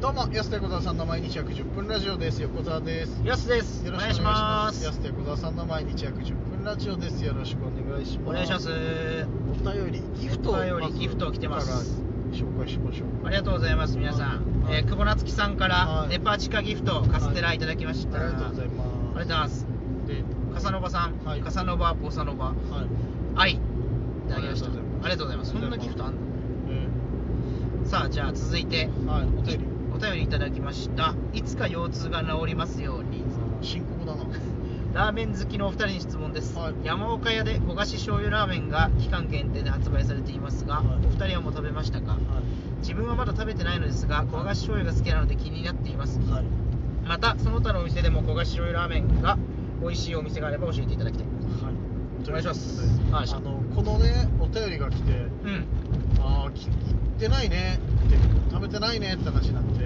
どうも、安田横澤さんの毎日約10分ラジオです。横澤です。よしです。よろしくおお願願いいししま。ますす。安田横澤さんの毎日約10分ラジオです。よろしくお願いします。お願いします。。お便り、ギフトをお便りまずギフト来てますから紹介しましょう。ありがとうございます、皆さん。はいえー久保夏樹さんかはらいデパ地下ギフトカステラいただきました。ありがとうございあます。りがとうございます。で、カサノバさん、はいカサノバ、ボサノバ、はい。愛いただきました。あありがとりがとうござうございいまますす。そんなギフトあんのえさあ、じゃあ続いて、ーはい、お便り。お便りいただきました。いつか腰痛が治りますように。深刻だな。ラーメン好きのお二人に質問です、はい山岡屋で焦がし醤油ラーメンが期間限定で発売されていますが、はいお二人はもう食べましたか、自分はまだ食べてないのですが焦がし醤油が好きなので気になっていますはい。またその他のお店でも焦がし醤油ラーメンが美味しいお店があれば教えていただきたいはい。お願いしますあはいの、このね、お便りが来て、うんああ、き行ってないねって、食べてないねって話になって、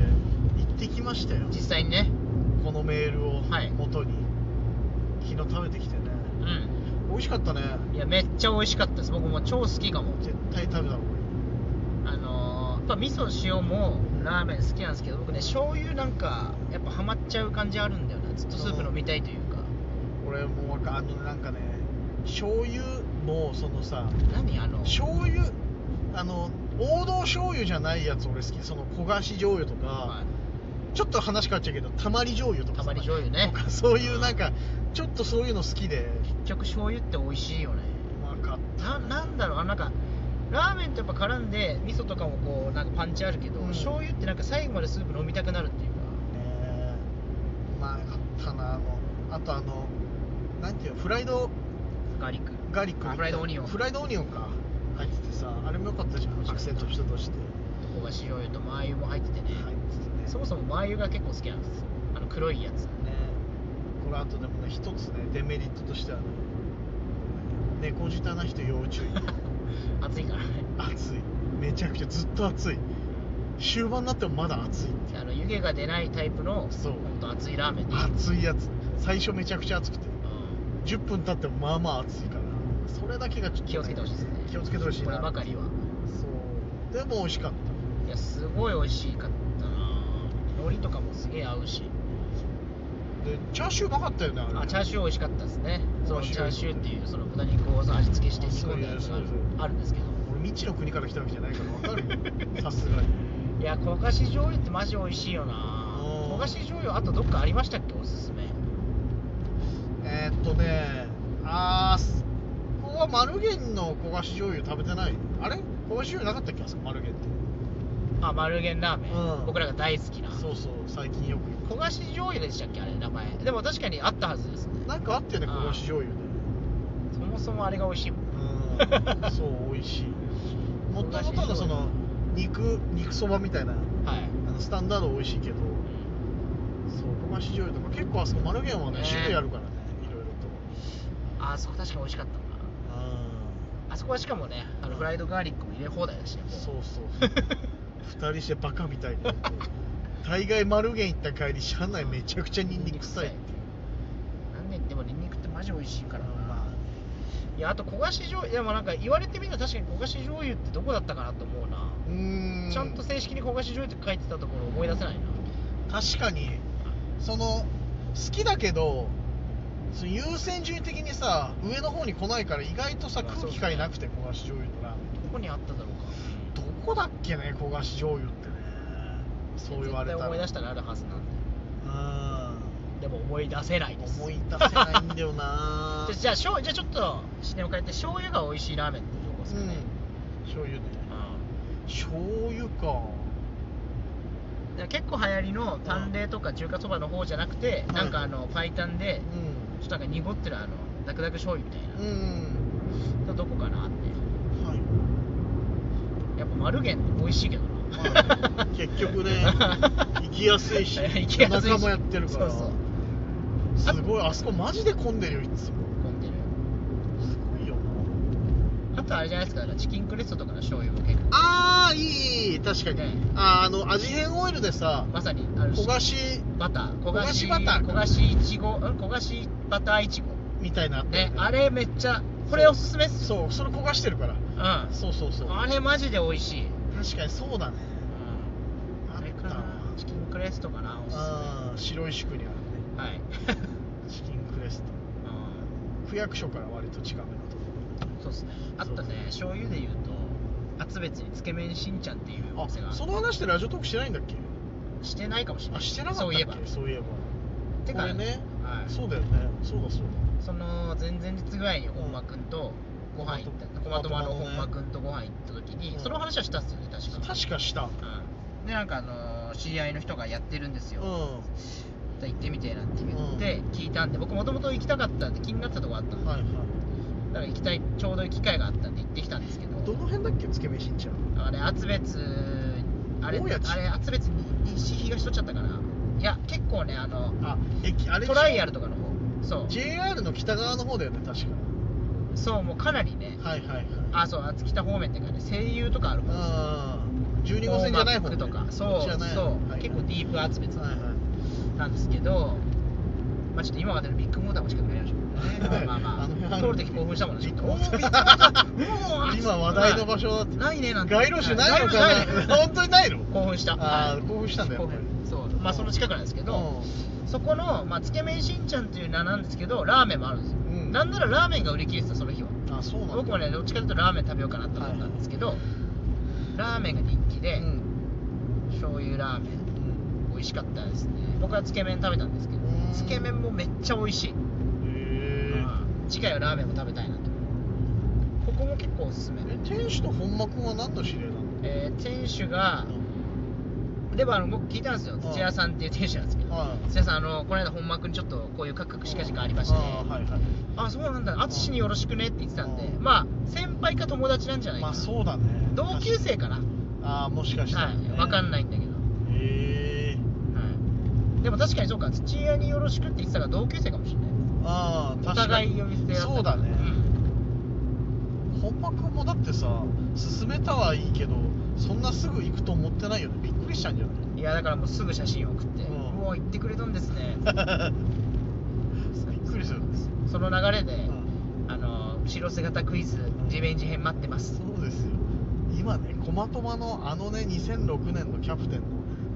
行ってきましたよ、実際にねこのメールをはい元に、昨日食べてきてね、う美味しかったね、んいやめっちゃ美味しかったです僕もう超好きかも絶対食べた方がいい。あのー、やっぱ味噌塩もラーメン好きなんですけど僕ね醤油なんかやっぱハマっちゃう感じあるんだよねずっとスープ飲みたいというか俺、もうわかあの、なんかね、醤油の、そのさ、何あの醤油あの、王道醤油じゃないやつ、俺好き、その焦がし醤油とか、はいちょっと話変わっちゃうけど、たまり醤油とかさ、たまり醤油ねとかそういう、なんか、ちょっとそういうの好きで、結局醤油って美味しいよねうまかった。ななんだろうあなんかラーメンとやっぱ絡んで味噌とかもこうなんかパンチあるけど、うん醤油ってなんか最後までスープ飲みたくなるっていうかねうまかったなあのあとあのなんていうのフライドガーリックガーリックみたいなあフライドオニオンフライドオニオンか入っててさあれもよかったじゃんアクセント人として焦がし醤油と麻油も入っててね、入っててねそもそも麻油が結構好きなんですあの黒いや つねこれあとでもね一つねデメリットとしてはね猫舌な人要 注意熱いからね暑いめちゃくちゃずっと暑い終盤になってもまだ暑いあの湯気が出ないタイプのそうほんと熱いラーメンで、暑いやつ最初めちゃくちゃ暑くてう10分経ってもまあまあ暑いからそれだけがちょっとね、ん気をつけてほしいですね気をつけてほしいなこればかりはそうでも美味しかったいやすごい美味しかったな海苔とかもすげえ合うしでチャーシューなかったよねあれあチャーシュー美味しかったですねその面チ白ャいーシューっていうその豚肉をさ味付けして煮込んだやつそがうそうそうあるんですけど俺未知の国から来たわけじゃないから 分かるよさすがにいや焦がし醤油ってマジ美味しいよなうん焦がし醤油あとどっかありましたっけおすすめえーっとねあーすここは丸源の焦がし醤油食べてないあれ焦がし醤油なかったっけあそこ丸源ってあ丸源ラーメン、うん僕らが大好きなそうそう最近よく行焦がし醤油でしたっけあれ名前でも確かにあったはずですねくなんかあったよねあー焦がし醤油 ねそもそもあれが美味しいもん うんそう美味しいもともとのその肉肉そばみたいなはいあのスタンダード美味しいけどそう焦がし醤油とか結構あそこ丸源はねね種類あるからねいろいろとあそこ確かに美味しかったなあそこはしかもねあのフライドガーリックも入れ放題だしねもそう そうそう二人してバカみたいで大概丸源行った帰り車内めちゃくちゃニンニク臭いっていうなんででもニンニクってマジ美味しいからな、まいやあと焦がし醤油でもなんか言われてみると確かに焦がし醤油ってどこだったかなと思うな、うーんちゃんと正式に焦がし醤油って書いてたところ思い出せないな確かにその好きだけどその優先順位的にさ上の方に来ないから意外とさまあ空気感いなくて焦がし醤油のラーメンどこにあっただろうかどこだっけね焦がし醤油ってねそう言われた絶対ら思い出したらあるはずなんでうんでも思い出せないです思い出せないんだよな じゃあじゃあじゃあちょっと視点を変えて醤油が美味しいラーメンってどこですかね、うん醤油ねう醤油かんで結構流行りの淡麗とか中華そばの方じゃなくて、うんなんかあの白湯でうちょっとなんか濁ってるあのダクダク醤油みたいな、んどこかなってうんはいやっぱ丸源って美味しいけどまあな 結局ね 行きやすいし行きやすいし夜中もやってるからそうそうすごいあそこマジで混んでるよいつも混んでるすごいよなあとあれじゃないですかチキンクレストとかの醤油も結構あーいいいい確かに、ねあーあの味変オイルでさまさにあるし焦がしバター焦がしバターか焦がしいちごん焦がしバターいちごみたいなあったよねあれめっちゃこれおすすめっすよそうそれ焦がしてるからうんあそうそうそうれマジで美味しい、確かにそうだねうん、ああっれかたわなチキレストかなおすすめあー白石区にあるねはいチキンクレストう区役所から割と近めのとこんそうっすねあとね醤油で言うと厚別につけ麺しんちゃんっていうおあ店がその話ってラジオトークしてないんだっけしてないかもしれなあいしてなかったっけそういえばそういえばてこかれね、はいそうだよねそうだそうだその前々日ぐらいに本間くんとご飯行った小小松松間間ののね本間くんとご飯行った時に、うんその話はしたっすよね確か確かしたうんでなんかあのー知り合いの人がやってるんですうよ、んじゃはあ行ってみてえなって言って聞いたんで、僕もともと行きたかったんで気になってたとこあったいんで、はいだから行きたいちょうど機会があったんで行ってきたんですけどどの辺だっけつけめしんちゃんあれ厚別あれ大谷地あれ厚別に西東取っちゃったからいや結構ねあのあ駅あれトライアルとかの方そう JR の北側の方だよね確かそうもうかなりねはいはいはいあそう厚北方面っていうかね声優とかあるからうん12号線じゃない方ねとかそうじゃないそ方う、はい結構ディープ厚別はいはいなんですけど、まあ、ちょっと今までのビッグモーターも近くにありましたけどねまあまあまあ通る時興奮したもん ねちょっとビッグモーターおービッグモ ーター今話題の場所だってないねなんて街路樹ないのかな街路樹ないね本当にないの興奮したあーはい興奮したんだやっぱり興奮そうまあその近くなんですけどうそこの、まあ、つけ麺しんちゃんっていう名なんですけどラーメンもあるんですよ、うんなんならラーメンが売り切れてたその日はあそうなんだ僕もねどっちかというとラーメン食べようかなと思ったんですけど、ラーメンが人気で、うん醤油ラーメン美味しかったですね僕はつけ麺食べたんですけどうんつけ麺もめっちゃ美味しい、へうん次回はラーメンも食べたいなとここも結構おすすめええ店主と本間君は何の知り合いなのえー店主がでもあの僕聞いたんですようん土屋さんっていう店主なんですけどはい土屋さんあのこの間本間君ちょっとこういうカクカクしかじかありましてあーはいはいあそうなんだ淳によろしくねって言ってたんでうんまあ先輩か友達なんじゃないかまあなそうだね同級生かなああもしかしたらはいね分かんないんだけへどえはいでも確かにそうか土屋によろしくって言ってたから同級生かもしれないああお確か互にい呼び捨てったからそうだねうん本間君もだってさ勧めたはいいけどそんなすぐ行くと思ってないよねびっくりしたんじゃないいやだからもうすぐ写真送って「うんもう行ってくれたんですね」 びっくりするんですよその流れで、うあの後ろ姿クイズんリベンジ編待ってます、そうですよ今ね駒マのあのね2006年のキャプテンの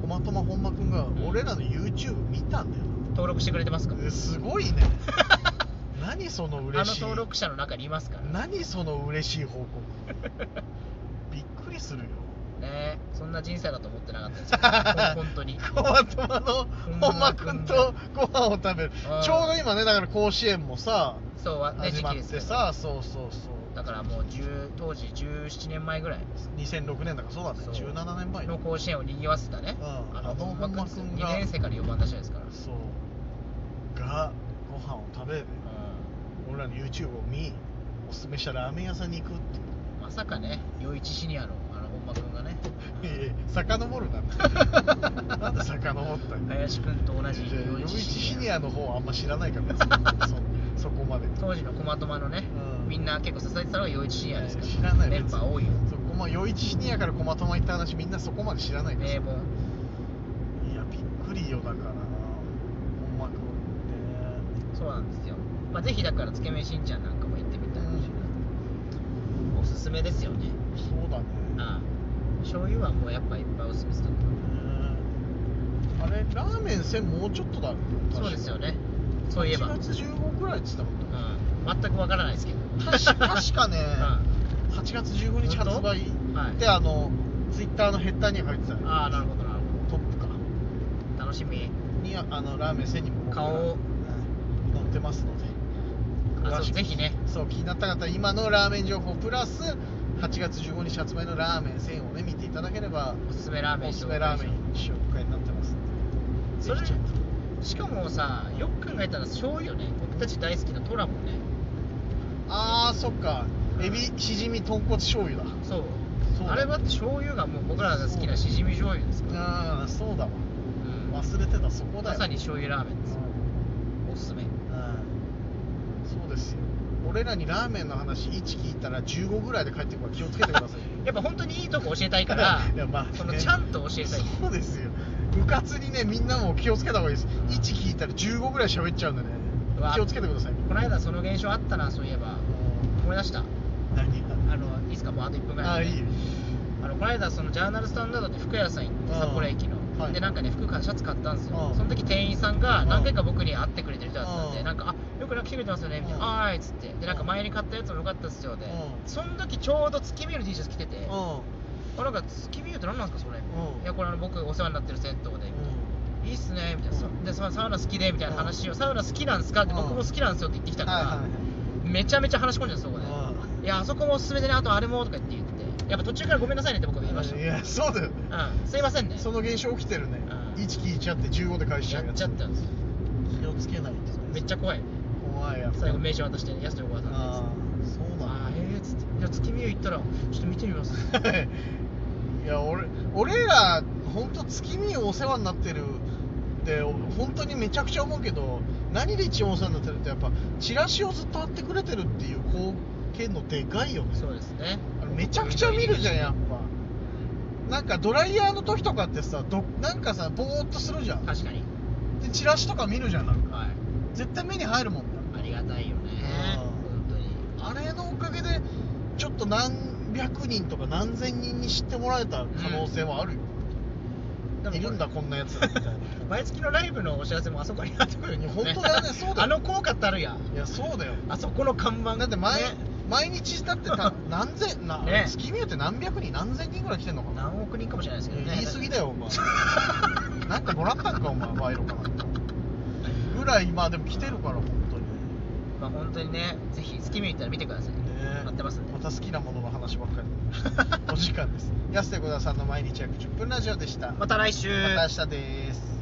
駒マ本間君が俺らの YouTube 見たんだよ登録してくれてますかえすごい ね何そのあ嬉のしい登録者の中にいますからね何その嬉しい 報告びっくりするよえそんな人生だと思ってなかった ですよほん本当に駒マの本間君とご飯を食べるうんちょうど今ねだから甲子園もさそうはね始時まっ期ですけてどさそうそうそうだからもう10当時17年前ぐらい2006年だからそうだねそう17年前の甲子園を賑わせたね、うんあの本間君ですよあの本間君2が年生から4番出したですから、そうがご飯を食べるう俺らの YouTube を見おすすめしたラーメン屋さんに行くってん、まさかね余一シニアのあの本間君がねええ遡るななんで遡ったんだよ林君と 同じじゃあ余一シニアの方はあんま知らないから別にそそこまで当時の駒マのね、うんみんな結構支えてたのが余一シニアですから、知らないメンバー多いよそこま余一シニアから駒友行った話みんなそこまで知らないから名門いやびっくりよだから本間君ねそうなんですよ、まあ、ぜひだからつけ麺しんちゃんなんかも行ってみたいし、おすすめですよねそうだねああ醤油はもうやっぱいっぱいおすすめするあれラーメン1000もうちょっとだねそうですよねそういえば、う8ん、月15くらいって言ってたもんね全くわからないですけど 確確かねうん8月15日発売本当はいであのツイッターのヘッダーには入ってたああなるほどなるトップかほど楽しみにあのラーメン1000にも僕ら顔をうん載ってますので詳あそしうくぜひねそう気になった方は今のラーメン情報プラス8月15日発売のラーメン1000をね見ていただければおすすめラーメンおすすめラーメン紹介になってますそれぜひチェックしかもさよく考えたら醤油ね僕たち大好きなトラもねあーそっかエビしじみ豚骨醤油だそうそうあれは醤油がもう僕らが好きなしじみ醤油ですから、ああそうだわうん忘れてたそこだよまさに醤油ラーメンですよおすすめうんそうですよ俺らにラーメンの話1聞いたら15ぐらいで帰ってくるから気をつけてくださいやっぱ本当にいいとこ教えたいから いやまあねそのちゃんと教えたいそうですようかつにねみんなも気をつけた方がいいです1聞いたら15ぐらい喋っちゃうんでねうわ気をつけてくださいこの間その現象あったなそういえば思い出した何あのいいですかもうあと1分ぐらいあなあんでいいよあのこの間そのジャーナルスタンダードって服屋さん行ってうん札幌駅の、はいでなんかね服かシャツ買ったんですよ、うんその時店員さんがうん何回か僕に会ってくれてる人だったんで、うんなんかあよくなんか来てくれてますよねみたいな、うんあーいっつってでなんか前に買ったやつも良かったっすよで、うんその時ちょうど月見る T シャツ着てて、うんうんあなんか月見湯って何なんですかそれ、うんいやこれあの僕お世話になってる銭湯で、いいっすねみたいな、そでそのサウナ好きでみたいな話を、サウナ好きなんですかって、うん僕も好きなんですよって言ってきたから、はいはいめちゃめちゃ話し込んじゃうそこで、ういやあそこもおすすめでねあとあれもとか言って言ってやっぱ途中からごめんなさいねって僕も言いましたいやそうだよねうんすいませんねその現象起きてるねうん1聞いちゃって15で返しちやゃうっやつちゃったんですよ気をつけないとめっちゃ怖い怖いやつ最後名刺渡してね安と横川さんのやああそうつなあんあええっつってじゃあ月見湯行ったらちょっと見てみますだ いや俺俺ら本当月見お世話になってるって本当にめちゃくちゃ思うけど何で一番お世話になってるってやっぱチラシをずっと貼ってくれてるっていう貢献のでかいよねそうですねあれめちゃくちゃ見るじゃんやっぱなんかドライヤーの時とかってさどなんかさぼーっとするじゃんで確かにチラシとか見るじゃんなんかはい絶対目に入るもんねありがたいよねうん本当にあれのおかげでちょっと何百人とか何千人に知ってもらえた可能性はあるよ、でもこれいるんだこんなやつみ たいな毎月のライブのお知らせもあそこにあってくるんいや本当だよねそうだよあの効果たるやいやそうだよあそこの看板だって毎,、ね毎日だってた何千な、ね月見湯って何百人何千人ぐらい来てんのかな何億人かもしれないですけどね言い過ぎだよお 前なんかもらったんかお前賄賂かなんかぐらいまあでも来てるから本当にまあ本当にねぜひ月見に行ったら見てくださいね待ってますんでまた好きなものの話ばっかりお時間です安手小田さんの毎日約10分ラジオでした また来週また明日です